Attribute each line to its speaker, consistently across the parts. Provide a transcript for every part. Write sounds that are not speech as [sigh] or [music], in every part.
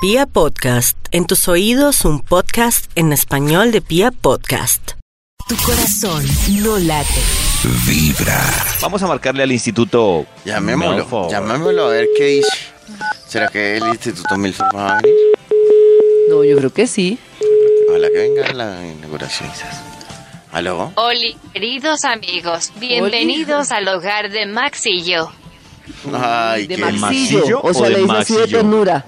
Speaker 1: Pia Podcast, en tus oídos un podcast en español de Pia Podcast.
Speaker 2: Tu corazón no late.
Speaker 3: Vamos a marcarle al instituto.
Speaker 4: Llamémoslo,
Speaker 3: Milford.
Speaker 4: llamémoslo a ver qué dice. ¿Será que el Instituto Milford va a venir?
Speaker 5: No, yo creo que sí.
Speaker 4: Ojalá que venga a la inauguración. ¿Aló?
Speaker 6: Oli, queridos amigos, bienvenidos al hogar de Maxillo.
Speaker 4: Ay,
Speaker 5: de
Speaker 4: qué
Speaker 5: Maxillo.
Speaker 3: Maxillo
Speaker 5: O
Speaker 3: o
Speaker 5: sea,
Speaker 3: de
Speaker 5: le hizo así de
Speaker 3: Maxillo.
Speaker 5: ternura.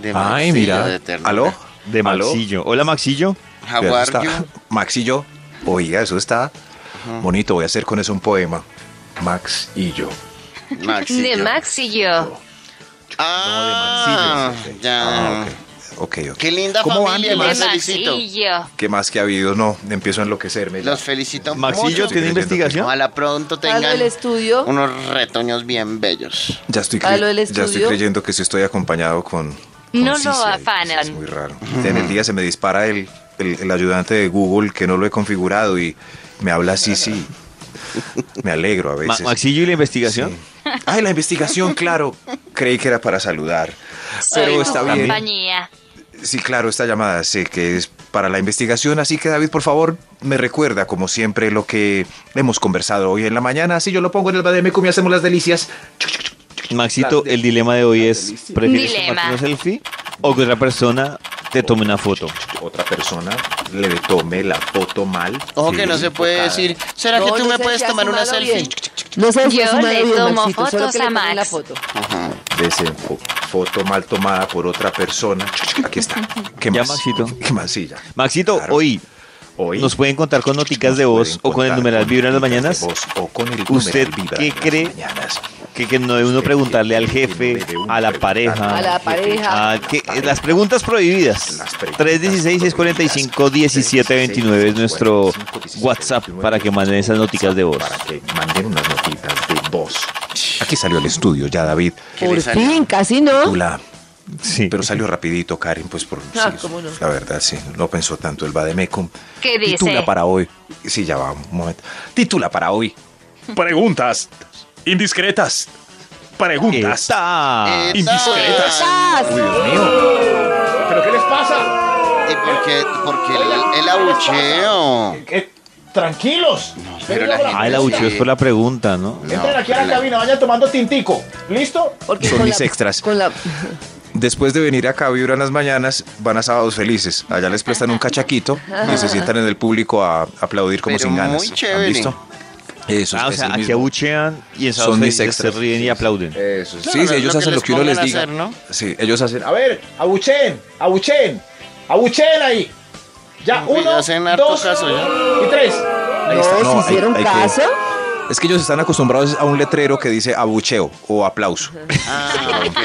Speaker 4: De
Speaker 7: Ay,
Speaker 4: Maxillo,
Speaker 7: mira.
Speaker 4: de ternura.
Speaker 7: ¿Aló?
Speaker 3: De Maxillo. Hola, Maxillo.
Speaker 4: How
Speaker 7: Vea,
Speaker 4: are
Speaker 7: eso está-
Speaker 4: you?
Speaker 7: [laughs] Max y yo. Oiga, eso está bonito. Voy a hacer con eso un poema. Max y yo.
Speaker 4: Maxillo.
Speaker 6: De Maxillo.
Speaker 4: Ah, ya.
Speaker 7: Ah, ok. Ok, ok.
Speaker 4: Qué linda
Speaker 7: ¿Cómo van?
Speaker 4: familia,
Speaker 7: ¿Qué
Speaker 6: De
Speaker 4: los
Speaker 7: más?
Speaker 4: felicito.
Speaker 6: Maxillo.
Speaker 7: ¿Qué más que ha habido? No, empiezo a enloquecerme. ya.
Speaker 4: Los felicito
Speaker 3: Maxillo
Speaker 4: mucho.
Speaker 3: tiene
Speaker 7: creyendo que-
Speaker 3: investigación.
Speaker 4: Ojalá pronto
Speaker 5: Para lo
Speaker 4: tengan
Speaker 5: del estudio.
Speaker 4: unos retoños bien bellos.
Speaker 7: Ya estoy,
Speaker 5: ¿A lo del
Speaker 7: cre- ya estoy
Speaker 5: estudio?
Speaker 7: creyendo que sí estoy acompañado con. con
Speaker 6: No lo
Speaker 7: Cici ahí,
Speaker 6: afanan.
Speaker 7: Es muy raro. En el día se me dispara el, el- el ayudante de Google que no lo he configurado y me habla
Speaker 4: [laughs]
Speaker 7: así, sí. Me alegro a
Speaker 3: Ma-
Speaker 7: veces.
Speaker 3: Maxillo y la investigación.
Speaker 7: Sí. Ay,
Speaker 3: [laughs]
Speaker 7: la investigación, claro. Creí que era para saludar.
Speaker 6: Soy
Speaker 7: Pero
Speaker 6: tu
Speaker 7: está bien.
Speaker 6: compañía.
Speaker 7: Sí, claro, esta llamada sé que es para la investigación, así que David, por favor, me recuerda como siempre lo que hemos conversado hoy en la mañana. Así yo lo pongo en el Bademecum y hacemos las delicias.
Speaker 3: Maxito,
Speaker 7: Las de-
Speaker 3: el dilema de hoy es:
Speaker 7: delicias.
Speaker 3: ¿prefieres
Speaker 6: Dilema.
Speaker 3: tomarte una selfie o que otra persona te tome una foto?
Speaker 7: Otra persona le tome la foto mal.
Speaker 4: Ojo
Speaker 7: Sí,
Speaker 4: que no se puede
Speaker 7: enfocada.
Speaker 4: decir, ¿será
Speaker 5: No,
Speaker 4: que tú
Speaker 5: no
Speaker 4: me
Speaker 5: sé
Speaker 4: puedes
Speaker 5: si has
Speaker 4: tomar una
Speaker 5: sumado
Speaker 4: selfie?
Speaker 5: bien. No sé si
Speaker 6: Yo
Speaker 5: has sumado
Speaker 6: le
Speaker 5: bien,
Speaker 6: tomo
Speaker 5: Maxito, solo
Speaker 6: fotos
Speaker 5: que le
Speaker 6: a
Speaker 5: tomen
Speaker 6: Max.
Speaker 5: la foto.
Speaker 4: Ajá.
Speaker 7: Desenfo- Foto mal tomada por otra persona.
Speaker 4: [laughs]
Speaker 7: Aquí está. ¿Qué
Speaker 3: Ya,
Speaker 7: más?
Speaker 3: Maxito.
Speaker 7: ¿Qué más? Sí, ya.
Speaker 3: Maxito,
Speaker 7: Claro.
Speaker 3: hoy
Speaker 7: Hoy
Speaker 3: nos pueden contar con noticas de
Speaker 7: nos
Speaker 3: voz
Speaker 7: pueden
Speaker 3: o con el
Speaker 7: contar
Speaker 3: numeral
Speaker 7: con
Speaker 3: Vibra en las
Speaker 7: noticas de
Speaker 3: mañanas.
Speaker 7: voz o con el
Speaker 3: ¿Usted
Speaker 7: numeral Vibra
Speaker 3: qué
Speaker 7: en las
Speaker 3: cree
Speaker 7: mañanas.
Speaker 3: Que, que no debe uno preguntarle al jefe, a la pareja.
Speaker 5: A la pareja.
Speaker 3: a- que- las preguntas prohibidas. 316-645-1729 es nuestro WhatsApp para que manden esas noticas de voz.
Speaker 7: Para que manden unas notitas de voz. Aquí salió el estudio ya, David.
Speaker 4: ¿Qué le
Speaker 5: Por
Speaker 4: salió?
Speaker 5: fin, casi no.
Speaker 7: Tula.
Speaker 3: Sí.
Speaker 7: Pero salió rapidito, Karen, pues por...
Speaker 5: Ah,
Speaker 7: sí,
Speaker 5: cómo no.
Speaker 7: La verdad, sí, no pensó tanto el Bademecum.
Speaker 6: ¿Qué dice?
Speaker 7: Titula para hoy. Sí, ya va, un momento. Titula para hoy. Preguntas indiscretas. Preguntas Ah, Eh,
Speaker 3: Está.
Speaker 4: Eta.
Speaker 5: ¡Estás!
Speaker 7: ¿Pero qué les pasa?
Speaker 4: ¿Y por qué, por qué el, el abucheo?
Speaker 8: Tranquilos.
Speaker 4: Pero la gente
Speaker 3: Ah, el abucheo es por la pregunta, ¿no?
Speaker 4: No,
Speaker 8: Entren aquí a la,
Speaker 4: la-
Speaker 8: cabina, vayan tomando tintico. ¿Listo?
Speaker 5: Porque
Speaker 7: Son
Speaker 5: con
Speaker 7: mis
Speaker 5: la-
Speaker 7: extras.
Speaker 5: Con la...
Speaker 7: Después de venir acá a Vibra en las mañanas, van a Sábados Felices. Allá les prestan un cachaquito y se sientan en el público a aplaudir como
Speaker 4: Pero
Speaker 7: sin ganas.
Speaker 4: muy
Speaker 7: ¿Han
Speaker 4: chéveре.
Speaker 7: visto? Eso
Speaker 3: Ah, o sea,
Speaker 7: es pues, el
Speaker 3: aquí
Speaker 7: mismo.
Speaker 3: abuchean y en
Speaker 7: Son
Speaker 3: Son
Speaker 7: mis
Speaker 3: se
Speaker 7: extras.
Speaker 3: ríen y aplauden.
Speaker 7: Eso, es.
Speaker 4: Claro,
Speaker 7: sí, sí,
Speaker 4: es
Speaker 7: ellos
Speaker 4: lo que
Speaker 7: hacen lo
Speaker 4: les
Speaker 7: que uno
Speaker 4: pongan
Speaker 7: les
Speaker 4: a
Speaker 7: diga.
Speaker 4: hacer, ¿no?
Speaker 7: Sí, ellos hacen.
Speaker 8: A ver, abuchen, abuchen, abuchen ahí. Ya,
Speaker 4: Hombre,
Speaker 8: uno,
Speaker 4: ya hacen harto
Speaker 8: dos
Speaker 4: caso, ya.
Speaker 8: y tres.
Speaker 7: Ahí está.
Speaker 5: No,
Speaker 7: No,
Speaker 5: ¿se
Speaker 7: hay-
Speaker 5: hicieron
Speaker 7: hay que-
Speaker 5: caso?
Speaker 7: Es que ellos están acostumbrados a un letrero que dice abucheo o aplauso.
Speaker 4: Ah, ok.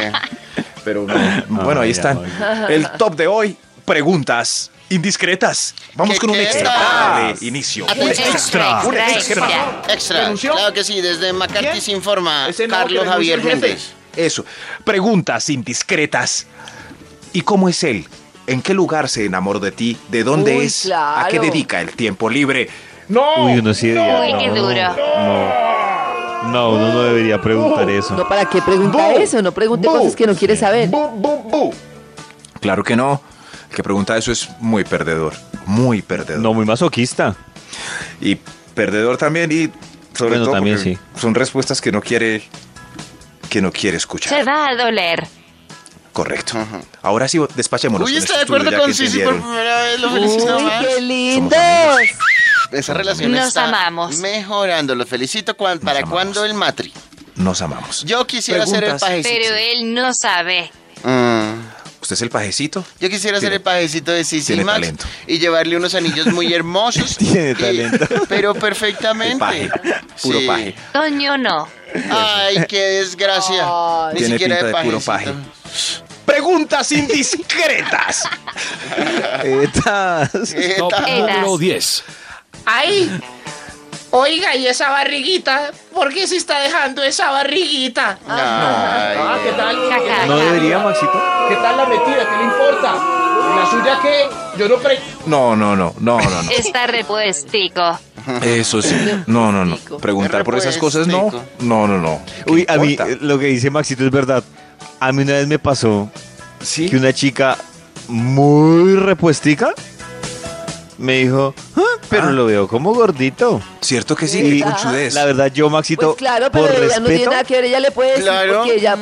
Speaker 7: Pero no. bueno, ahí
Speaker 3: ya,
Speaker 7: están. El top de hoy, preguntas indiscretas. Vamos
Speaker 4: ¿Qué Ah. pues,
Speaker 7: con un extra
Speaker 4: quieres?
Speaker 7: para darle inicio.
Speaker 4: Atención.
Speaker 6: Extra,
Speaker 4: Un
Speaker 6: extra,
Speaker 4: extra.
Speaker 6: extra.
Speaker 4: Extra.
Speaker 8: ¿Renunció?
Speaker 4: Claro que sí, desde McCarthy
Speaker 8: ¿Quién?
Speaker 4: se informa
Speaker 8: Ese no, que
Speaker 4: Carlos
Speaker 8: renunció
Speaker 4: Javier
Speaker 8: el jefe.
Speaker 4: Méndez.
Speaker 7: Eso, preguntas indiscretas. ¿Y cómo es él? ¿En qué lugar se enamoró de ti? ¿De dónde
Speaker 5: Uy,
Speaker 7: es? ¿A
Speaker 5: claro.
Speaker 7: qué dedica el tiempo libre?
Speaker 8: No.
Speaker 3: Uy, uno sí debería.
Speaker 6: Uy, qué
Speaker 3: no,
Speaker 6: duro.
Speaker 3: No, no, uno no debería preguntar eso.
Speaker 5: No, ¿para qué pregunta
Speaker 8: Bu,
Speaker 5: eso? No pregunte
Speaker 8: bu.
Speaker 5: cosas que no quiere saber.
Speaker 8: Bu, bu, bu.
Speaker 7: Claro que no. El que pregunta eso es muy perdedor. Muy perdedor.
Speaker 3: No, muy masoquista.
Speaker 7: Y perdedor también y sobre
Speaker 3: Bueno,
Speaker 7: todo
Speaker 3: también
Speaker 7: porque
Speaker 3: sí.
Speaker 7: son respuestas que no quiere que no quiere escuchar.
Speaker 6: Se va a doler.
Speaker 7: Correcto. Ahora sí, despachémonos.
Speaker 4: Uy,
Speaker 7: con
Speaker 4: está de
Speaker 7: este
Speaker 4: acuerdo
Speaker 7: estudio, ya
Speaker 4: con
Speaker 7: que
Speaker 4: Sisi por
Speaker 7: entendieron.
Speaker 4: primera vez. Lo felicito
Speaker 5: Uy,
Speaker 4: más.
Speaker 5: qué lindos.
Speaker 4: Esa relación
Speaker 6: Nos
Speaker 4: está
Speaker 6: amamos.
Speaker 4: mejorando. Lo felicito. Juan. ¿Para
Speaker 7: amamos.
Speaker 4: cuándo el matri?
Speaker 7: Nos amamos.
Speaker 4: Yo quisiera ser el
Speaker 7: Preguntas.
Speaker 4: pajecito.
Speaker 6: Pero eh, él no sabe.
Speaker 4: Mm.
Speaker 7: ¿Usted es el pajecito?
Speaker 4: Yo quisiera ser
Speaker 7: Tiene-
Speaker 4: el pajecito de Sisi
Speaker 7: tiene
Speaker 4: Max
Speaker 7: talento.
Speaker 4: y llevarle unos anillos muy
Speaker 7: [laughs]
Speaker 4: hermosos.
Speaker 3: Tiene
Speaker 4: y-
Speaker 3: talento.
Speaker 4: Pero perfectamente.
Speaker 7: El paje. Puro
Speaker 4: Sí.
Speaker 7: paje.
Speaker 6: Toño no.
Speaker 4: Ay, qué desgracia.
Speaker 5: Ay.
Speaker 4: Ni
Speaker 7: Tiene
Speaker 4: siquiera de
Speaker 7: pinta de puro
Speaker 4: pajecito.
Speaker 7: paje. Preguntas indiscretas.
Speaker 4: [laughs]
Speaker 3: Etas.
Speaker 4: Eta.
Speaker 6: Eras.
Speaker 9: ¡Ay! Oiga, ¿y esa barriguita? ¿Por qué se está dejando esa barriguita?
Speaker 4: Ay,
Speaker 8: Ah, ¿qué tal?
Speaker 6: Ja, ja,
Speaker 3: ¿No
Speaker 6: ja.
Speaker 3: debería, Maxito?
Speaker 8: ¿Qué tal la metida? ¿Qué le importa? ¿La suya qué? Yo no pre...
Speaker 7: No, no, no, no, no, no.
Speaker 6: Está repuestico.
Speaker 7: Eso sí. No, no, no. Preguntar por esas cosas, no. No, no, no. ¿Qué
Speaker 3: Uy, a mí
Speaker 7: importa?
Speaker 3: eh, lo que dice Maxito es verdad. A mí una vez me pasó
Speaker 8: Sí.
Speaker 3: que una chica muy repuestica me dijo, "Ah, pero
Speaker 7: Ah.
Speaker 3: lo veo como gordito.
Speaker 7: Cierto que sí,
Speaker 5: Sí,
Speaker 7: y
Speaker 5: ajá.
Speaker 7: cuchudez.
Speaker 3: La verdad, yo, Maxito,
Speaker 5: Pues claro, pero
Speaker 3: por
Speaker 5: ella no tiene
Speaker 3: respeto...
Speaker 5: nada que ver, ella le puede decir
Speaker 4: Claro.
Speaker 5: porque ella...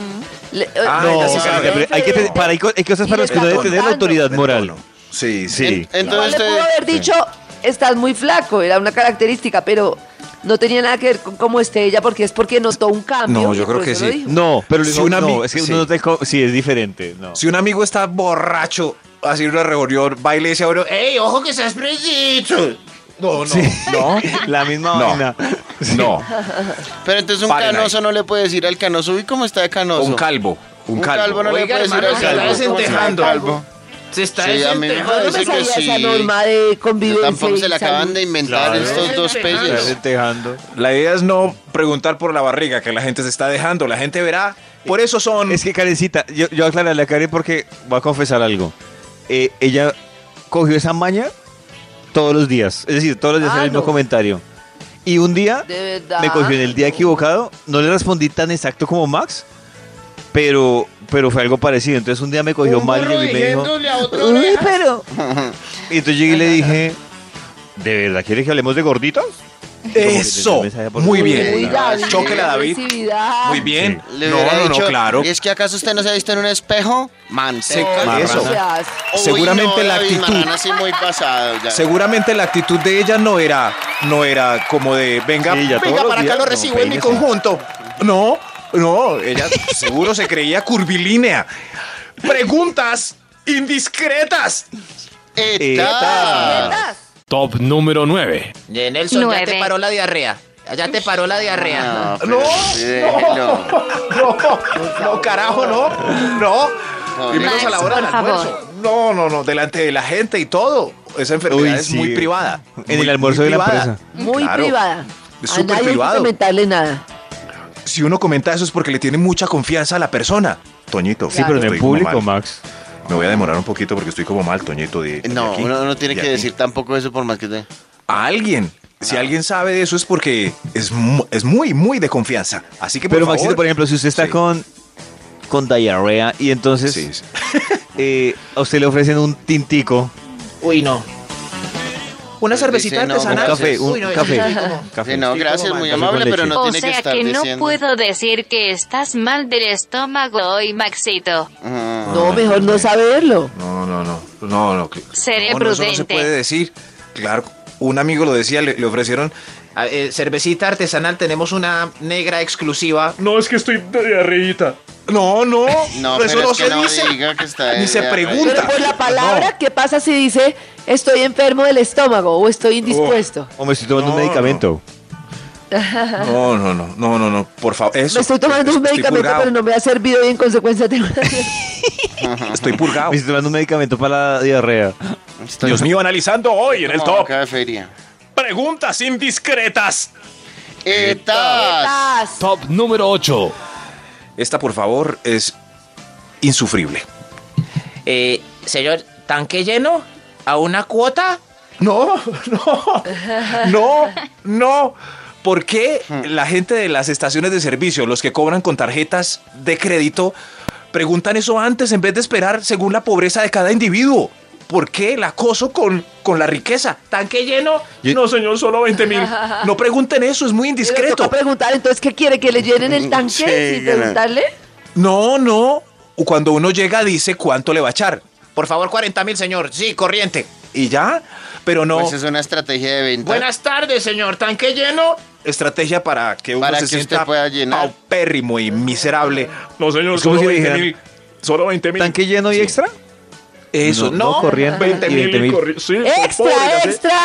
Speaker 5: le-
Speaker 7: Ah,
Speaker 5: eh,
Speaker 3: No,
Speaker 7: ella
Speaker 5: le
Speaker 7: sí
Speaker 5: dice
Speaker 7: sabe,
Speaker 3: María, pero hay que tener- para, hay co- hay cosas para las que uno debe tener
Speaker 5: Está
Speaker 3: autoridad
Speaker 7: Del
Speaker 3: moral.
Speaker 7: tono. Sí, sí.
Speaker 3: Sí.
Speaker 5: Igual
Speaker 4: Entonces, este
Speaker 5: le pudo
Speaker 4: usted-
Speaker 5: haber dicho, estás muy flaco, era una característica, pero no tenía nada que ver con cómo esté ella, porque es porque notó un cambio.
Speaker 7: No, yo
Speaker 5: y
Speaker 7: creo
Speaker 5: por
Speaker 7: que
Speaker 5: eso lo
Speaker 7: sí.
Speaker 5: dijo.
Speaker 3: No, pero le
Speaker 7: Si
Speaker 3: digo,
Speaker 7: una
Speaker 3: no,
Speaker 7: mi-
Speaker 3: es que
Speaker 7: sí.
Speaker 3: uno no te co- sí, es diferente. No.
Speaker 7: Si un amigo está borracho, así en una reunión, va y le dice a uno,
Speaker 9: ¡Ey, ojo que estás preso!
Speaker 7: no, no,
Speaker 3: Sí.
Speaker 7: [laughs] no,
Speaker 3: La misma
Speaker 7: No.
Speaker 3: vaina.
Speaker 7: no,
Speaker 4: pero entonces un
Speaker 7: Paren ahí.
Speaker 4: canoso no le puede decir al canoso, uy, ¿cómo está de canoso?
Speaker 7: un calvo, un calvo.
Speaker 4: no le
Speaker 9: Oiga,
Speaker 4: puede decir al
Speaker 9: hermano,
Speaker 4: calvo.
Speaker 9: se está
Speaker 4: ¿cómo está de
Speaker 9: desentejando.
Speaker 4: calvo?
Speaker 9: Se está
Speaker 4: Sí, a mí me
Speaker 5: Yo no
Speaker 9: desentejando.
Speaker 5: me
Speaker 4: parece
Speaker 5: sabía
Speaker 4: que
Speaker 5: esa
Speaker 4: sí.
Speaker 5: norma de convivencia.
Speaker 4: Tampoco
Speaker 5: y
Speaker 4: se la
Speaker 5: salud.
Speaker 4: acaban de inventar
Speaker 3: Claro.
Speaker 4: estos dos
Speaker 3: Está
Speaker 4: peyes.
Speaker 3: despejando.
Speaker 7: La idea es no preguntar por la barriga que la gente se está dejando, la gente verá. Por eso son...
Speaker 3: Es que Karencita, yo, yo aclararle a Karen porque voy a confesar algo. Eh, ella cogió esa maña todos los días. Es decir, todos los días
Speaker 5: Ah,
Speaker 3: era el mismo
Speaker 5: no.
Speaker 3: comentario. Y un día
Speaker 5: De verdad.
Speaker 3: me cogió en el día equivocado. No le respondí tan exacto como Max, pero, pero fue algo parecido. Entonces un día me cogió
Speaker 9: Un
Speaker 3: mal y
Speaker 9: burro
Speaker 3: llegó y me dijo.
Speaker 9: diciéndole a otro
Speaker 5: Uy,
Speaker 9: oreja.
Speaker 5: pero
Speaker 3: Y entonces llegué y le dije. ¿De verdad quieres que hablemos de gorditos?
Speaker 7: Eso, muy
Speaker 5: muy
Speaker 7: bien.
Speaker 5: David.
Speaker 7: Choque la David.
Speaker 5: agresividad.
Speaker 7: Muy bien.
Speaker 4: Le
Speaker 7: No,
Speaker 4: hubiera
Speaker 7: no, no,
Speaker 4: dicho,
Speaker 7: claro.
Speaker 4: ¿Y es que acaso usted no se ha visto en un espejo? Manseca.
Speaker 7: Seca,
Speaker 5: O
Speaker 7: eso.
Speaker 5: sea,
Speaker 4: Uy,
Speaker 7: Seguramente
Speaker 4: no,
Speaker 7: la
Speaker 4: David
Speaker 7: actitud.
Speaker 4: Marrana sí muy pasado ya.
Speaker 7: Seguramente la actitud de ella no era, no era como de, venga,
Speaker 3: Sí, ya todos
Speaker 7: venga
Speaker 3: los
Speaker 7: para acá
Speaker 3: días,
Speaker 7: lo
Speaker 3: no,
Speaker 7: recibo en mi
Speaker 3: peínese.
Speaker 7: conjunto. No,
Speaker 3: [laughs]
Speaker 7: no, ella seguro se creía curvilínea. Preguntas indiscretas.
Speaker 4: Eta.
Speaker 10: Top número 9.
Speaker 9: Eh, Nelson, ya te
Speaker 6: Nueve.
Speaker 9: paró la diarrea. Ya te paró la
Speaker 4: No,
Speaker 9: diarrea.
Speaker 4: pero sí, déjelo.
Speaker 7: Eh, No, no, carajo, no, no. Y menos a la hora del
Speaker 6: Max, por
Speaker 7: almuerzo. No, no, no, delante de la gente y todo. Esa enfermedad
Speaker 3: Uy,
Speaker 7: es
Speaker 3: sí.
Speaker 7: muy privada.
Speaker 3: En
Speaker 7: Muy-
Speaker 3: el almuerzo
Speaker 7: muy
Speaker 3: de la
Speaker 7: privada.
Speaker 3: empresa.
Speaker 5: muy
Speaker 7: Claro.
Speaker 5: privada.
Speaker 7: Es
Speaker 5: A
Speaker 7: súper
Speaker 5: nadie hay que
Speaker 7: privado.
Speaker 5: comentarle nada.
Speaker 7: Si uno comenta eso es porque le tiene mucha confianza a la persona. Toñito.
Speaker 3: Sí, pero en
Speaker 7: estoy
Speaker 3: el
Speaker 7: como
Speaker 3: público,
Speaker 7: mal.
Speaker 3: Max.
Speaker 7: Me voy a demorar un poquito porque estoy como mal, Toñito. De, de
Speaker 4: No,
Speaker 7: aquí,
Speaker 4: uno no tiene
Speaker 7: de
Speaker 4: que
Speaker 7: aquí.
Speaker 4: decir Ah. tampoco eso por más que te...
Speaker 7: A alguien. Si alguien sabe de eso es porque es, mu- es muy, muy de confianza. Así que, por
Speaker 3: Pero
Speaker 7: favor,
Speaker 3: Maxito, por ejemplo, si usted está
Speaker 7: Sí.
Speaker 3: con, con diarrea y entonces
Speaker 7: Sí, sí.
Speaker 3: eh, a usted le ofrecen un tintico,
Speaker 9: Uy, no.
Speaker 7: Una
Speaker 4: Pues cervecita dice, no,
Speaker 3: un
Speaker 4: artesanal. Ah,
Speaker 3: café,
Speaker 4: sí.
Speaker 3: un
Speaker 4: Uy, no, yo
Speaker 3: café.
Speaker 4: estoy
Speaker 3: café.
Speaker 4: Sí, no, gracias, muy
Speaker 3: Café con
Speaker 4: amable, pero
Speaker 3: leche.
Speaker 4: no
Speaker 6: O
Speaker 4: tiene que
Speaker 6: sea
Speaker 4: estar
Speaker 6: que no
Speaker 4: diciendo.
Speaker 6: puedo decir que estás mal del estómago hoy, Maxito.
Speaker 4: Ah.
Speaker 5: No, mejor no saberlo.
Speaker 7: No, no, no. No, no. que-
Speaker 6: Seré
Speaker 7: no, no, eso no se
Speaker 6: prudente.
Speaker 7: puede decir. Claro, un amigo lo decía, le, le ofrecieron. "Ah,
Speaker 9: A- eh, cervecita artesanal, tenemos una negra exclusiva.
Speaker 8: No, es que estoy de diarreíta.
Speaker 7: No, no.
Speaker 4: No,
Speaker 7: eso
Speaker 4: pero
Speaker 7: no
Speaker 4: es que
Speaker 7: se
Speaker 4: no
Speaker 7: dice.
Speaker 4: diga que está
Speaker 7: Ni se
Speaker 4: de-
Speaker 7: pregunta.
Speaker 5: Pero por la palabra, ¿qué pasa si dice estoy enfermo del estómago o estoy indispuesto?
Speaker 3: O me estoy tomando un
Speaker 7: No, no.
Speaker 3: medicamento.
Speaker 5: [laughs]
Speaker 7: No, no, no, no, no, no, por favor. Eso.
Speaker 5: me estoy tomando un
Speaker 7: Estoy
Speaker 5: medicamento,
Speaker 7: purgado,
Speaker 5: pero no me ha servido y en consecuencia tengo una-
Speaker 7: Estoy purgado.
Speaker 3: Me estoy tomando un medicamento para la diarrea.
Speaker 4: Estoy
Speaker 7: Dios mío, analizando hoy en el
Speaker 4: como
Speaker 7: top.
Speaker 4: vaca de feria.
Speaker 7: Preguntas indiscretas.
Speaker 4: Etas.
Speaker 5: ¡Tas!
Speaker 10: Top número 8.
Speaker 7: Esta, por favor, es insufrible.
Speaker 9: Eh, señor, ¿tanque lleno? ¿A una cuota?
Speaker 7: No, no, no, no. ¿Por qué la gente de las estaciones de servicio, los que cobran con tarjetas de crédito, preguntan eso antes en vez de esperar según la pobreza de cada individuo? ¿Por qué el acoso con, con la riqueza? ¿Tanque lleno?
Speaker 3: Yo-
Speaker 7: No, señor, solo 20 mil. No pregunten eso, es muy
Speaker 5: Pero le toca
Speaker 7: indiscreto.
Speaker 5: preguntar, entonces, ¿qué quiere? ¿Que le llenen el tanque
Speaker 4: Sí,
Speaker 5: sin
Speaker 4: claro.
Speaker 5: preguntarle?
Speaker 7: No, no. Cuando uno llega dice cuánto le va a echar.
Speaker 9: Por favor, 40 mil, señor. Sí, corriente.
Speaker 7: Y ya, pero no.
Speaker 4: Pues es una estrategia de venta.
Speaker 9: Buenas tardes, señor. ¿Tanque lleno?
Speaker 7: estrategia para que uno
Speaker 4: Para
Speaker 7: se
Speaker 4: que usted
Speaker 7: sienta
Speaker 4: pueda llenar.
Speaker 7: paupérrimo y miserable.
Speaker 8: No, señor,
Speaker 3: Es como
Speaker 8: solo
Speaker 3: si le
Speaker 8: 20
Speaker 3: dijeran,
Speaker 8: mil. Solo 20 mil.
Speaker 3: ¿Tanque lleno y extra?
Speaker 7: Eso,
Speaker 3: No,
Speaker 7: no.
Speaker 3: no, corriente
Speaker 8: 20
Speaker 3: y 20
Speaker 8: mil. y
Speaker 3: mil.
Speaker 8: corri- Sí, soy pobre,
Speaker 5: ¡Extra,
Speaker 8: ya sé.
Speaker 5: extra!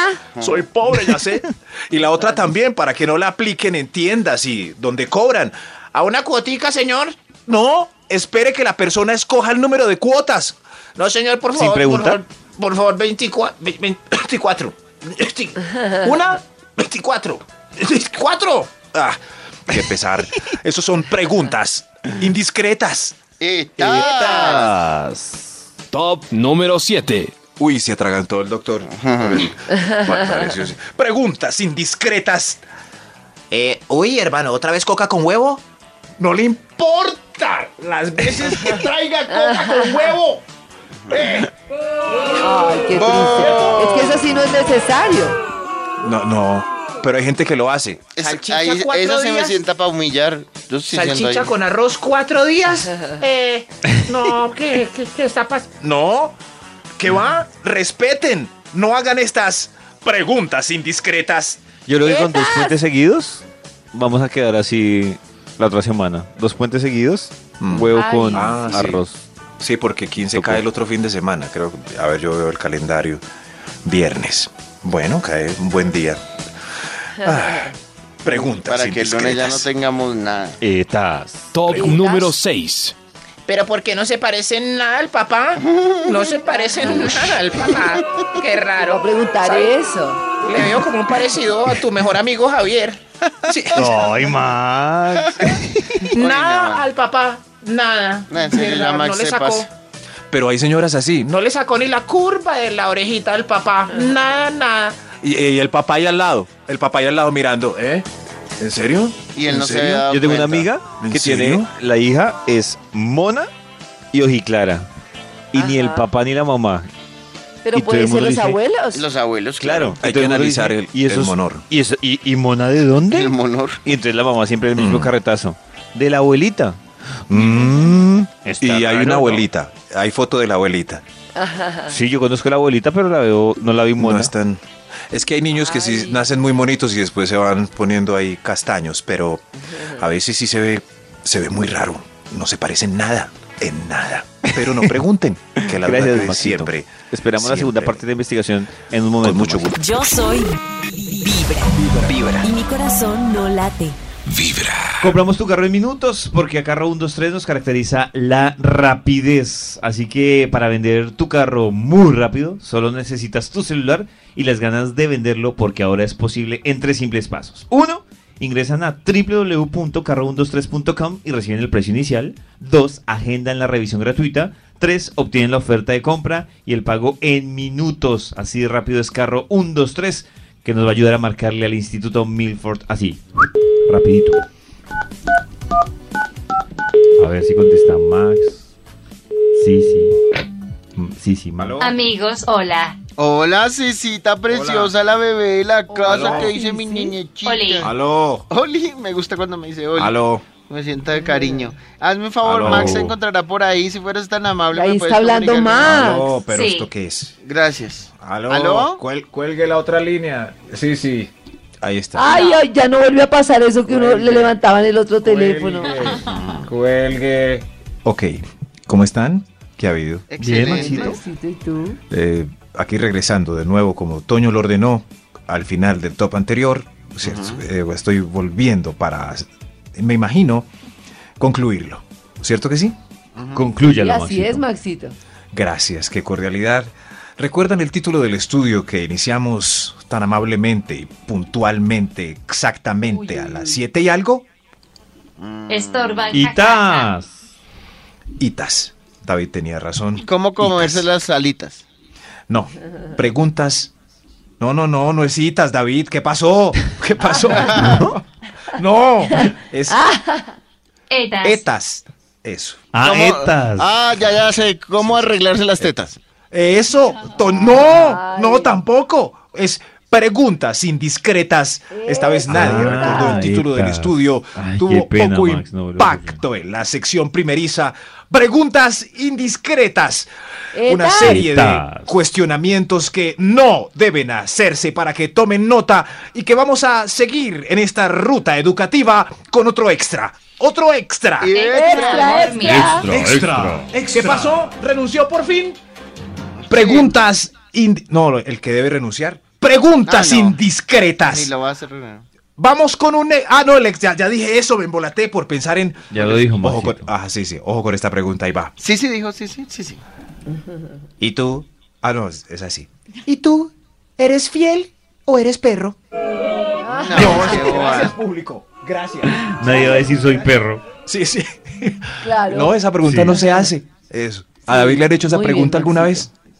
Speaker 8: Soy pobre, ya sé.
Speaker 7: Y la otra también, para que no la apliquen en tiendas y donde cobran.
Speaker 9: ¿A una cuotica, señor?
Speaker 7: No, espere que la persona escoja el número de cuotas.
Speaker 9: No, señor, por
Speaker 3: ¿Sin
Speaker 9: favor.
Speaker 3: pregunta?
Speaker 9: Por favor, por favor 24.
Speaker 7: [clears throat]
Speaker 9: 24. Una, 24. 24.
Speaker 7: Ah, qué pesar. Esos son preguntas indiscretas.
Speaker 4: Etas.
Speaker 10: Top número 7.
Speaker 7: Uy, se atragantó el doctor. A ver, pareció así. Preguntas indiscretas.
Speaker 9: Eh, uy, hermano, ¿otra vez coca con huevo?
Speaker 7: No le importa.
Speaker 8: importa las veces
Speaker 7: [laughs]
Speaker 8: que traiga coca con huevo. Eh,
Speaker 5: Ay, qué triste. Es que eso sí no es necesario.
Speaker 7: No, no. Pero hay gente que lo hace.
Speaker 4: Es-
Speaker 9: Salchicha
Speaker 4: ahí-
Speaker 9: cuatro
Speaker 4: esa se me
Speaker 9: días.
Speaker 4: sienta para humillar. Yo estoy siendo ahí.
Speaker 9: Salchicha con arroz
Speaker 7: [laughs]
Speaker 9: cuatro días. Eh, no, ¿qué, qué, qué está pasando?
Speaker 7: No. ¿Qué va? Respeten. No hagan estas preguntas indiscretas.
Speaker 3: Yo creo que con dos puentes seguidos vamos a quedar así la otra semana. Dos puentes seguidos, huevo
Speaker 5: Ay.
Speaker 3: con
Speaker 7: Ah, sí.
Speaker 3: arroz.
Speaker 7: Sí, porque 15
Speaker 3: Ok.
Speaker 7: cae el otro fin de semana. Creo. A ver, yo veo el calendario. Viernes. Bueno, cae un buen [laughs] día. Ah, preguntas
Speaker 4: Para que el lunes ya no
Speaker 7: indiscretas.
Speaker 4: tengamos nada.
Speaker 3: Etas.
Speaker 10: Top
Speaker 5: Preguntas.
Speaker 10: número 6.
Speaker 9: Pero ¿por qué no se parecen nada al papá? No se
Speaker 4: [laughs]
Speaker 9: parecen nada al papá. Qué
Speaker 5: Pero a
Speaker 9: raro.
Speaker 5: preguntar eso.
Speaker 9: Le veo como un parecido a tu mejor amigo
Speaker 4: [laughs]
Speaker 9: Javier. Sí.
Speaker 3: Ay, Max.
Speaker 9: Nada
Speaker 4: no.
Speaker 9: al papá. Nada.
Speaker 4: No, en serio,
Speaker 9: Qué
Speaker 4: ya
Speaker 9: raro,
Speaker 4: Max
Speaker 9: no le
Speaker 4: se
Speaker 9: sacó.
Speaker 4: pasa.
Speaker 7: Pero hay señoras así.
Speaker 9: No le sacó ni la curva de la orejita del
Speaker 4: Ah.
Speaker 9: papá. Nada, nada.
Speaker 7: Y, y el papá ahí al lado. El papá ahí al lado mirando. ¿Eh? ¿En serio?
Speaker 4: Y él
Speaker 7: ¿En
Speaker 4: no se
Speaker 7: serio?
Speaker 4: había dado
Speaker 3: Yo tengo una
Speaker 4: cuenta.
Speaker 3: amiga
Speaker 7: ¿En
Speaker 3: que
Speaker 7: serio?
Speaker 3: tiene la hija es mona y ojiclara. Y ni el
Speaker 5: Ajá.
Speaker 3: papá ni la mamá.
Speaker 5: Pero
Speaker 3: Y todo
Speaker 5: puede
Speaker 3: el
Speaker 5: ser
Speaker 3: mundo
Speaker 5: los
Speaker 3: dice,
Speaker 5: abuelos.
Speaker 4: Los abuelos,
Speaker 3: Claro.
Speaker 4: claro.
Speaker 7: Hay
Speaker 3: Y todo
Speaker 7: que
Speaker 3: mundo
Speaker 7: analizar el-
Speaker 3: ¿y eso
Speaker 7: el
Speaker 3: es-
Speaker 7: monor.
Speaker 3: ¿Y, eso- y, y mona de dónde?
Speaker 4: El monor.
Speaker 3: Y entonces la mamá siempre el mismo
Speaker 7: Mm.
Speaker 3: carretazo. De la abuelita. Mm, está
Speaker 7: Y hay
Speaker 3: raro,
Speaker 7: una
Speaker 3: ¿no?
Speaker 7: abuelita. Hay foto de la abuelita.
Speaker 3: Sí, yo conozco a la abuelita, pero la veo, no la vi mona.
Speaker 7: No están. Es que hay niños que sí
Speaker 5: Ay.
Speaker 7: nacen muy bonitos y después se van poniendo ahí castaños, pero a veces sí se ve, se ve muy raro. No se parece en nada, en nada. Pero no pregunten, que la verdad
Speaker 3: Gracias,
Speaker 7: que
Speaker 3: Maxito.
Speaker 7: siempre.
Speaker 3: Esperamos la segunda
Speaker 7: siempre.
Speaker 3: parte de la investigación en un momento.
Speaker 7: Con mucho
Speaker 3: más.
Speaker 7: gusto.
Speaker 2: Yo soy Vibra. Vibra. Y mi corazón no late.
Speaker 3: Compramos tu carro en minutos porque a Carro 123 nos caracteriza la rapidez. Así que para vender tu carro muy rápido, solo necesitas tu celular y las ganas de venderlo porque ahora es posible en tres simples pasos. Uno, ingresan a www.carro123.com y reciben el precio inicial. Dos, agendan la revisión gratuita. Tres, obtienen la oferta de compra y el pago en minutos. Así de rápido es Carro 123 que nos va a ayudar a marcarle al Instituto Milford así. Rapidito. A ver si contesta Max. Sí, sí. Mm, Sí, sí, Max.
Speaker 6: Ah,
Speaker 7: ¿Aló?
Speaker 6: Amigos, hola.
Speaker 4: Hola, Cecita preciosa, la bebé de la casa que dice mi niñechita.
Speaker 6: Oli.
Speaker 7: Aló,
Speaker 4: Oli, me gusta cuando me dice Oli.
Speaker 7: aló.
Speaker 4: Me sienta de cariño. Hazme un favor,
Speaker 7: Aló.
Speaker 4: Max se encontrará por ahí. Si fueras tan amable,
Speaker 5: Ahí
Speaker 4: me puedes
Speaker 5: está hablando
Speaker 4: comunicar.
Speaker 5: Max.
Speaker 7: Aló, pero
Speaker 6: Sí.
Speaker 7: esto qué es.
Speaker 4: Gracias.
Speaker 7: Aló.
Speaker 4: ¿Aló?
Speaker 8: cuel- cuelgue la otra línea. Sí, sí.
Speaker 7: Ahí está.
Speaker 5: Ay, ay, ya no vuelve a pasar eso que uno le levantaban el otro teléfono.
Speaker 8: Cuelgue. [laughs] Cuelgue.
Speaker 7: Ok, ¿cómo están? ¿Qué ha habido?
Speaker 4: Excelente.
Speaker 3: Maxito.
Speaker 5: Maxito, ¿y tú?
Speaker 7: Eh, aquí regresando de nuevo, como Toño lo ordenó al final del top anterior, o sea, eh, estoy volviendo para, me imagino, concluirlo. ¿Cierto que sí?
Speaker 5: Y
Speaker 3: Conclúyalo,
Speaker 5: así
Speaker 3: Maxito.
Speaker 5: es, Maxito.
Speaker 7: Gracias, qué cordialidad. ¿Recuerdan el título del estudio que iniciamos tan amablemente, y puntualmente, exactamente a las 7 y algo?
Speaker 6: Estorban. jajaja.
Speaker 3: ¡Itas!
Speaker 7: Itas. David tenía razón.
Speaker 4: ¿Cómo comerse
Speaker 7: Itas.
Speaker 4: las alitas?
Speaker 7: No, preguntas. No, no, no, no es citas, David. ¿Qué pasó? ¿Qué pasó? No, no, es
Speaker 6: Etas.
Speaker 7: etas. Eso.
Speaker 3: ¡Ah,
Speaker 4: ¿Cómo-
Speaker 3: etas!
Speaker 4: Ah, ya, ya sé. ¿Cómo arreglarse las tetas?
Speaker 7: Eso. to- no, no, tampoco. Es preguntas indiscretas. Esta vez nadie
Speaker 3: Ah,
Speaker 7: recordó el título del
Speaker 3: etas.
Speaker 7: estudio.
Speaker 3: Ay, qué
Speaker 7: Tuvo
Speaker 3: pena,
Speaker 7: poco
Speaker 3: Max, no, lo
Speaker 7: impacto en la sección primeriza. Preguntas indiscretas. Una
Speaker 5: Etas.
Speaker 7: serie de
Speaker 3: Etas.
Speaker 7: cuestionamientos que no deben hacerse para que tomen nota y que vamos a seguir en esta ruta educativa con otro extra. Otro extra.
Speaker 4: Y
Speaker 5: Extra,
Speaker 6: Amor mío.
Speaker 5: extra.
Speaker 7: Extra. ¿Qué pasó? ¿Renunció por fin? Preguntas. indi- no, el que debe renunciar. Preguntas
Speaker 4: Ah, no. Ni
Speaker 7: indiscretas.
Speaker 4: lo vas a arreglar.
Speaker 7: Vamos con un. e- Ah, no, el ex- ya, ya dije eso, me embolaté por pensar en.
Speaker 3: Ya lo dijo,
Speaker 7: ojo con,
Speaker 3: Maxito.
Speaker 7: Ah, sí, sí. Ojo con esta pregunta, ahí va.
Speaker 4: Sí, sí, dijo, sí, sí, sí, sí.
Speaker 7: ¿Y tú? Ah, no, es es así.
Speaker 9: ¿Y tú? ¿Eres fiel o eres perro?
Speaker 4: No, qué
Speaker 8: Gracias,
Speaker 4: boba.
Speaker 8: público. Gracias.
Speaker 3: Nadie va a decir soy perro.
Speaker 7: Sí, sí.
Speaker 5: Claro.
Speaker 7: No, esa pregunta
Speaker 3: Sí.
Speaker 7: no se hace. Eso. ¿A David le han hecho esa
Speaker 5: Muy bien,
Speaker 7: pregunta alguna
Speaker 5: Maxito.
Speaker 7: vez?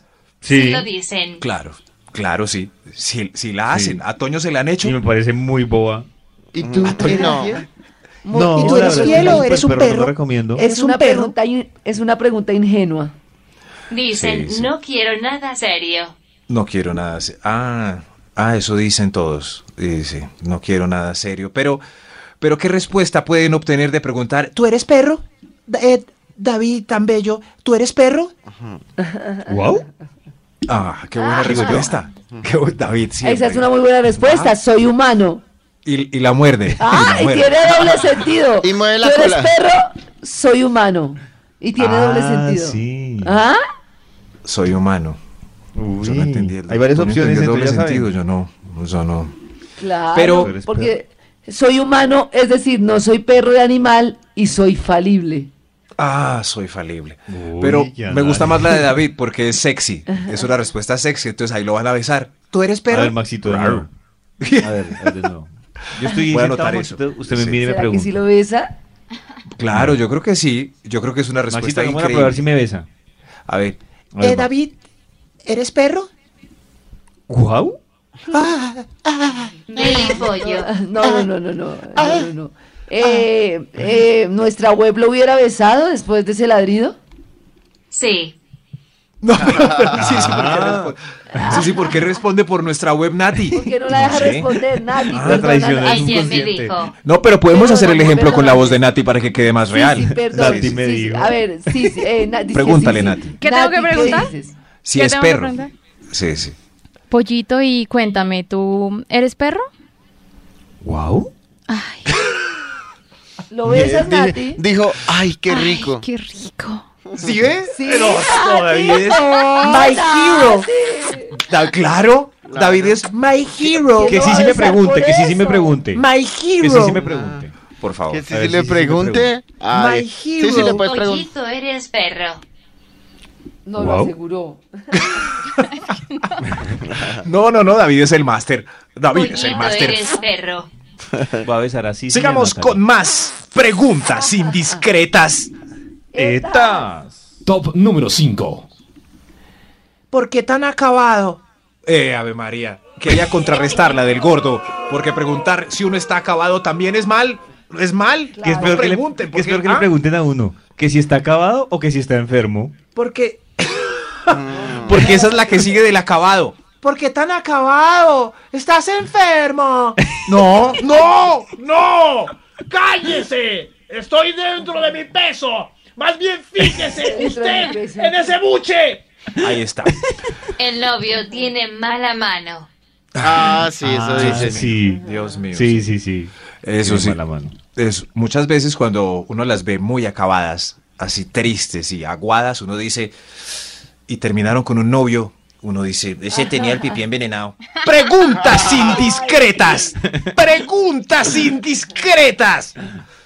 Speaker 3: Sí.
Speaker 6: Lo dicen.
Speaker 7: Claro, claro, sí. Sí, sí
Speaker 3: Sí.
Speaker 7: la hacen. A Toño se la han hecho.
Speaker 3: Y me parece muy boba.
Speaker 4: ¿Y tú?
Speaker 7: Antonio.
Speaker 4: No.
Speaker 5: Muy-
Speaker 3: No,
Speaker 5: ¿Y
Speaker 3: la verdad es que no, el perro no lo recomiendo.
Speaker 5: Es una, pregunta, in- es una pregunta ingenua.
Speaker 6: Dicen,
Speaker 7: Sí, sí.
Speaker 6: no quiero nada serio.
Speaker 7: No quiero nada. se- Ah, ah, eso dicen todos. Eh, sí, no quiero nada serio. Pero, pero ¿qué respuesta pueden obtener de preguntar? ¿Tú eres perro? Da- eh, David tan bello, ¿tú eres perro?
Speaker 3: Wow.
Speaker 7: Ah, qué buena
Speaker 5: Ah, [laughs]
Speaker 7: respuesta. [laughs] Qué bu- David, sí.
Speaker 5: Esa es una muy buena respuesta. Soy humano.
Speaker 7: Y, y la muerde.
Speaker 5: Ah,
Speaker 7: y la
Speaker 5: y
Speaker 7: muerde.
Speaker 5: tiene doble sentido.
Speaker 4: Y mueve la
Speaker 5: Tú eres
Speaker 4: cola.
Speaker 5: perro, soy humano. Y tiene doble
Speaker 3: Ah,
Speaker 5: sentido.
Speaker 3: sí.
Speaker 5: ¿Ah?
Speaker 7: Soy humano. Yo no
Speaker 3: Uy,
Speaker 7: entendí el-
Speaker 3: hay varias
Speaker 7: yo no entendí
Speaker 3: opciones,
Speaker 7: el doble
Speaker 3: entonces ya
Speaker 7: sentido.
Speaker 3: saben.
Speaker 7: Yo no, yo no.
Speaker 5: Claro.
Speaker 7: Pero-
Speaker 3: Tú eres
Speaker 5: porque soy humano, es decir, no soy perro de animal y soy falible.
Speaker 7: Ah, soy falible.
Speaker 3: Uy,
Speaker 7: Pero
Speaker 3: qué
Speaker 7: me gusta
Speaker 3: análisis.
Speaker 7: más la de David porque es sexy. Es una respuesta sexy, entonces ahí lo van a besar. ¿Tú eres perro?
Speaker 3: A ver, Ah, Maxito, de nuevo. A ver, a ver, de nuevo. Yo estoy
Speaker 7: Voy
Speaker 3: sentado,
Speaker 7: a anotar
Speaker 3: Maxito,
Speaker 7: eso.
Speaker 3: Usted me
Speaker 7: Sí.
Speaker 3: mira y me
Speaker 5: ¿Será que
Speaker 3: pregunta.
Speaker 5: si lo ah? besa?
Speaker 7: Claro, yo creo que sí. Yo creo que es una
Speaker 3: Maxito,
Speaker 7: respuesta
Speaker 3: vamos a
Speaker 7: increíble.
Speaker 3: probar si me besa.
Speaker 7: A ver.
Speaker 3: A
Speaker 5: Eh,
Speaker 3: ver, va.
Speaker 7: ¿eres perro?
Speaker 3: ¿Guau?
Speaker 11: [laughs]
Speaker 6: El pollo.
Speaker 5: No, Ah, no, no, no, no.
Speaker 11: Ah.
Speaker 5: no, no, no. Eh, eh, ¿Nuestra web lo hubiera besado después de ese ladrido?
Speaker 6: Sí.
Speaker 7: No. [laughs] sí, sí, porque
Speaker 3: Ah.
Speaker 7: responde. Sí, sí, porque responde por nuestra web Nati.
Speaker 5: Porque no la deja
Speaker 7: Sí.
Speaker 5: responder, Nati.
Speaker 3: Ah,
Speaker 5: perdona,
Speaker 3: traicionera.
Speaker 5: Nati.
Speaker 3: un
Speaker 6: Alguien me
Speaker 3: consciente.
Speaker 6: dijo.
Speaker 7: No, pero podemos
Speaker 5: Pero,
Speaker 7: hacer el
Speaker 5: Nati,
Speaker 7: ejemplo con
Speaker 5: pero-
Speaker 7: la voz de Nati para que quede más
Speaker 5: Sí,
Speaker 7: real.
Speaker 5: Sí, perdón.
Speaker 7: Nati
Speaker 5: Sí,
Speaker 3: me
Speaker 5: sí,
Speaker 3: dijo.
Speaker 5: A ver, sí, sí. eh, Nati,
Speaker 7: Pregúntale,
Speaker 5: sí, sí,
Speaker 7: Nati.
Speaker 5: sí.
Speaker 11: ¿Qué tengo que preguntar?
Speaker 5: dices?
Speaker 7: Si
Speaker 11: ¿Qué
Speaker 7: es
Speaker 11: tengo que
Speaker 7: perro.
Speaker 11: preguntar?
Speaker 7: Sí, sí.
Speaker 11: Pollito, y cuéntame, ¿tú eres perro?
Speaker 3: ¿Guau?
Speaker 5: ¿Lo besas,
Speaker 4: Di-
Speaker 5: Nati?
Speaker 4: Dijo, ay, qué rico.
Speaker 11: Ay, qué rico.
Speaker 7: ¿Sí ves?
Speaker 5: Sí.
Speaker 7: David es
Speaker 8: Ah,
Speaker 5: My hero.
Speaker 7: Da- claro, David es my hero.
Speaker 5: ¿Qué?
Speaker 3: Que
Speaker 5: no
Speaker 3: sí,
Speaker 5: va
Speaker 3: sí me
Speaker 5: a besar
Speaker 3: pregunte,
Speaker 5: por
Speaker 3: que sí, sí
Speaker 5: eso.
Speaker 3: me pregunte.
Speaker 7: My
Speaker 3: Que sí, sí me
Speaker 7: hero.
Speaker 3: pregunte.
Speaker 7: Por favor.
Speaker 4: Que si,
Speaker 3: A
Speaker 4: si
Speaker 3: ver,
Speaker 4: le
Speaker 3: sí, sí, sí,
Speaker 4: pregunte. ay,
Speaker 7: My
Speaker 4: sí, sí, le
Speaker 7: hero.
Speaker 4: puedes preguntar.
Speaker 6: Pollito, eres perro.
Speaker 5: No lo
Speaker 3: Wow.
Speaker 5: aseguró.
Speaker 7: No, no, no, David es el máster. David es el
Speaker 6: Pollito,
Speaker 7: máster.
Speaker 6: eres perro.
Speaker 3: Va a besar así. sí me
Speaker 7: Sigamos
Speaker 3: mata.
Speaker 7: con más preguntas indiscretas.
Speaker 3: Etas.
Speaker 10: Top número 5.
Speaker 7: ¿Por qué tan acabado? Eh, Ave María. Quería contrarrestar la del gordo, porque preguntar si uno está acabado también es mal. ¿Es mal?
Speaker 3: Que es
Speaker 7: No
Speaker 3: peor, que le,
Speaker 7: pregunten,
Speaker 3: que es
Speaker 7: porque-
Speaker 3: peor que le
Speaker 7: ah,
Speaker 3: pregunten a uno que si está acabado o que si está enfermo.
Speaker 7: Porque. [laughs] Porque esa es la que sigue del acabado. ¿Por qué tan acabado? ¿Estás enfermo? [laughs] No, no,
Speaker 8: ¡No! ¡Cállese! ¡Estoy dentro de mi peso! Más bien fíjese
Speaker 5: Dentro de mi
Speaker 8: usted
Speaker 5: peso.
Speaker 8: en ese buche.
Speaker 7: Ahí está.
Speaker 6: El novio tiene mala mano.
Speaker 4: Ah, sí, eso
Speaker 3: Ah,
Speaker 4: dice.
Speaker 3: Sí.
Speaker 7: Dios mío.
Speaker 3: Sí, sí, sí.
Speaker 7: Eso
Speaker 3: Tiene
Speaker 7: sí.
Speaker 3: mala mano.
Speaker 7: Es, muchas veces cuando uno las ve muy acabadas, así tristes y aguadas, uno dice, y terminaron con un novio, uno dice, ese tenía el pipí envenenado. Preguntas indiscretas. Preguntas indiscretas.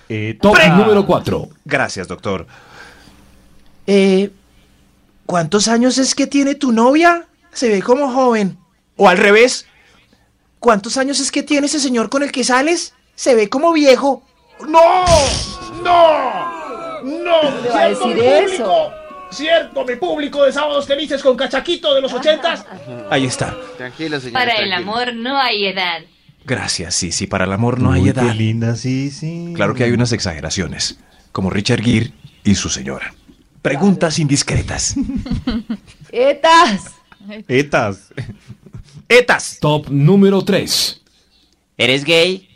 Speaker 3: Etas.
Speaker 10: Top número 4.
Speaker 7: Gracias, doctor. Eh, ¿Cuántos años es que tiene tu novia? Se ve como joven. O al revés. ¿Cuántos años es que tiene ese señor con el que sales? Se ve como viejo.
Speaker 8: ¡No! ¡No! ¡No!
Speaker 5: le va a
Speaker 8: ¿Cierto, mi
Speaker 5: decir eso?
Speaker 8: público? ¿Cierto, mi público de Sábados Felices con Cachaquito de los ochentas?
Speaker 7: Ahí está.
Speaker 4: Tranquilo, señor.
Speaker 6: Para el amor no hay edad.
Speaker 7: Gracias, sí, sí, para el amor no
Speaker 3: Uy,
Speaker 7: hay
Speaker 3: Qué
Speaker 7: edad.
Speaker 3: linda, sí, sí.
Speaker 7: Claro que hay unas exageraciones, como Richard Gere y su señora. Preguntas indiscretas.
Speaker 5: ¡Etas!
Speaker 7: [laughs]
Speaker 3: Etas.
Speaker 7: Etas.
Speaker 10: Top número 3.
Speaker 7: ¿Eres gay?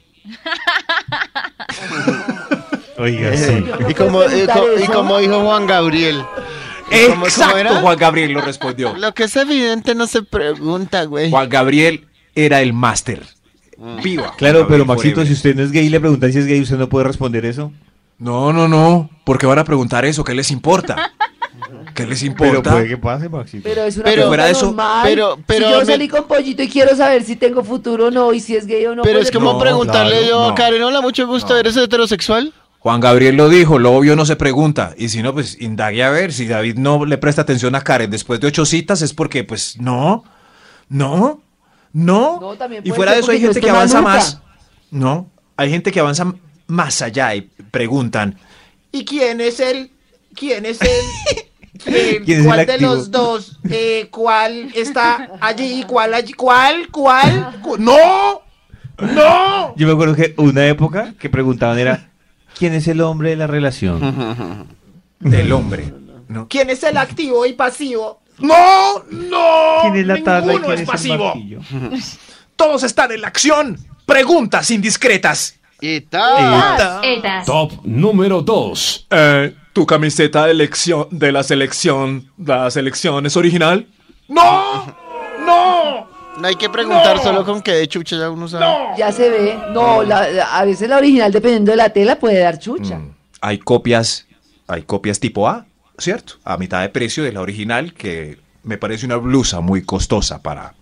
Speaker 7: Eh,
Speaker 3: Oiga, sí.
Speaker 4: Y como, y, co- y
Speaker 5: Eso.
Speaker 4: como dijo Juan Gabriel, ¿Cómo- cómo
Speaker 7: Exacto,
Speaker 4: era?
Speaker 7: Juan Gabriel lo respondió.
Speaker 4: lo que es evidente no se pregunta, güey.
Speaker 7: Juan Gabriel era el máster.
Speaker 4: Mm.
Speaker 7: Viva. Juan
Speaker 3: Claro, pero
Speaker 7: Gabriel
Speaker 3: Maxito,
Speaker 7: forever.
Speaker 3: si usted no es gay y le preguntan si es gay, ¿usted no puede responder eso?
Speaker 7: No, no, no. Porque van a preguntar eso. ¿Qué les importa? ¿Qué les
Speaker 3: Pero
Speaker 7: importa?
Speaker 3: puede que pase, Maxito.
Speaker 5: Pero es una
Speaker 4: Pero-
Speaker 5: pregunta
Speaker 7: fuera de eso,
Speaker 5: normal.
Speaker 4: pero- pero
Speaker 5: si yo
Speaker 4: me-
Speaker 5: salí con pollito y quiero saber si tengo futuro o no y si es gay o no.
Speaker 4: Pero
Speaker 5: pues
Speaker 4: es
Speaker 5: le
Speaker 4: como
Speaker 7: No,
Speaker 4: preguntarle
Speaker 7: claro,
Speaker 4: yo a
Speaker 7: no.
Speaker 4: Karen, hola, mucho gusto,
Speaker 7: No.
Speaker 4: ¿eres heterosexual?
Speaker 7: Juan Gabriel lo dijo. Lo obvio no se pregunta. Y si no, pues indague a ver. Si David no le presta atención a Karen después de ocho citas es porque, pues, no. No. No.
Speaker 5: No, también
Speaker 7: y
Speaker 5: puede
Speaker 7: fuera
Speaker 5: ser
Speaker 7: de eso hay
Speaker 5: porque no
Speaker 7: gente que
Speaker 5: esté
Speaker 7: avanza
Speaker 5: maluca.
Speaker 7: más. No. Hay gente que avanza más allá y preguntan.
Speaker 9: ¿Y quién es el? ¿Quién es
Speaker 4: [laughs]
Speaker 9: el? eh,
Speaker 3: ¿Quién es
Speaker 9: ¿Cuál
Speaker 3: el
Speaker 9: de
Speaker 3: activo?
Speaker 9: los dos? Eh, ¿Cuál está allí? ¿Cuál allí? ¿Cuál? ¿Cuál?
Speaker 7: ¡No! ¡No!
Speaker 3: Yo me acuerdo que una época que preguntaban era, ¿Quién es el hombre de la relación?
Speaker 7: Del hombre.
Speaker 9: ¿Quién es el activo y pasivo?
Speaker 7: ¡No! ¡No!
Speaker 3: ¿Quién es la tabla y
Speaker 7: Ninguno
Speaker 3: quién
Speaker 7: es
Speaker 3: es el
Speaker 7: pasivo.
Speaker 3: martillo?
Speaker 7: Todos están en la acción. Preguntas indiscretas.
Speaker 11: Etas, etas.
Speaker 10: Top número 2.
Speaker 7: Eh, ¿Tu camiseta de, elección, de la selección, la selección es original? ¡No!
Speaker 9: ¡No!
Speaker 4: No hay que preguntar
Speaker 9: No.
Speaker 4: solo con qué de chucha ya uno sabe.
Speaker 5: Ya se ve. No,
Speaker 4: Mm.
Speaker 5: la- la- a veces la original, dependiendo de la tela, puede dar chucha.
Speaker 4: Mm.
Speaker 7: Hay copias, hay copias tipo A, ¿cierto? A mitad de precio de la original, que me parece una blusa muy costosa para...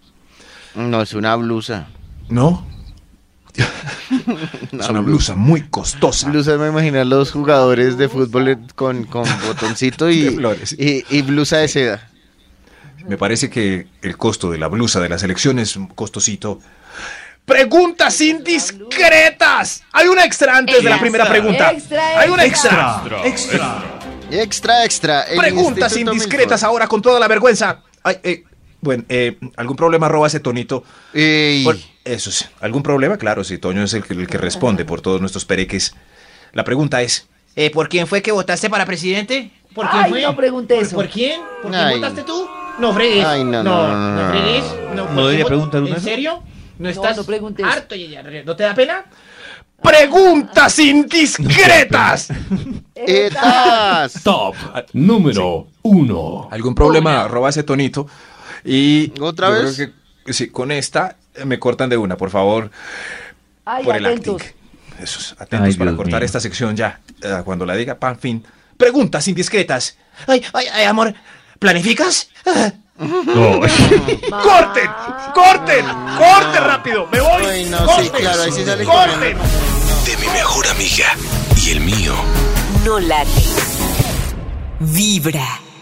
Speaker 4: No, es una blusa.
Speaker 7: [laughs] ¿No? es una blusa muy costosa.
Speaker 4: Blusa, me imagino a los jugadores de fútbol eh, con, con botoncito y, y, y blusa de seda.
Speaker 7: Me parece que el costo de la blusa de la selección es un costosito.
Speaker 9: Preguntas indiscretas. Hay una extra antes
Speaker 7: de la primera pregunta.
Speaker 5: Extra,
Speaker 7: Hay una extra.
Speaker 9: extra.
Speaker 7: Extra.
Speaker 4: Extra, extra. el
Speaker 7: Preguntas
Speaker 4: Instituto
Speaker 7: indiscretas ahora con toda la vergüenza. Ay, eh, bueno, eh, ¿algún problema roba ese tonito? Bueno, eso sí. ¿Algún problema? Claro, si Toño es el, que- el que responde por todos nuestros pereques. La pregunta es,
Speaker 12: Eh, ¿Por quién fue que votaste para presidente?
Speaker 8: ¿Por quién
Speaker 5: Ay,
Speaker 8: fue?
Speaker 5: no pregunté
Speaker 8: ¿Por,
Speaker 5: eso.
Speaker 8: por quién? ¿Por quién
Speaker 12: Ay.
Speaker 8: votaste tú? No fregues.
Speaker 4: Ay, no, no, no, no, no,
Speaker 8: fregues.
Speaker 4: no,
Speaker 8: ¿por
Speaker 4: no
Speaker 8: qué
Speaker 4: debería
Speaker 8: vot-
Speaker 4: preguntar uno
Speaker 8: ¿En
Speaker 4: eso?
Speaker 8: serio? ¿No estás
Speaker 5: no preguntes.
Speaker 8: harto, Yeyarre? ¿No te da pena?
Speaker 12: [laughs]
Speaker 9: Preguntas indiscretas.
Speaker 4: Etas.
Speaker 10: Top número 1.
Speaker 7: ¿algún problema roba ese tonito? Y
Speaker 4: ¿Otra
Speaker 7: yo
Speaker 4: vez?
Speaker 7: creo que- sí, con esta eh, me cortan de una, por favor.
Speaker 5: Ay,
Speaker 7: por el
Speaker 5: atentos.
Speaker 7: acting. Esos, atentos
Speaker 3: Ay,
Speaker 7: para
Speaker 3: Dios
Speaker 7: cortar
Speaker 3: mío.
Speaker 7: esta sección ya. Eh, cuando la diga, pan, fin. Preguntas indiscretas.
Speaker 12: Ay, ay, ay, amor, ¿planificas?
Speaker 7: [laughs]
Speaker 3: No.
Speaker 9: ¡Corten! ¡Corten! ¡Corten rápido! ¡Me voy!
Speaker 4: Ay, no, sí,
Speaker 9: ¡Corten!
Speaker 4: claro, ahí sí sale
Speaker 9: ¡Corten!
Speaker 13: De mi mejor amiga y el mío.
Speaker 2: No late. Vibra.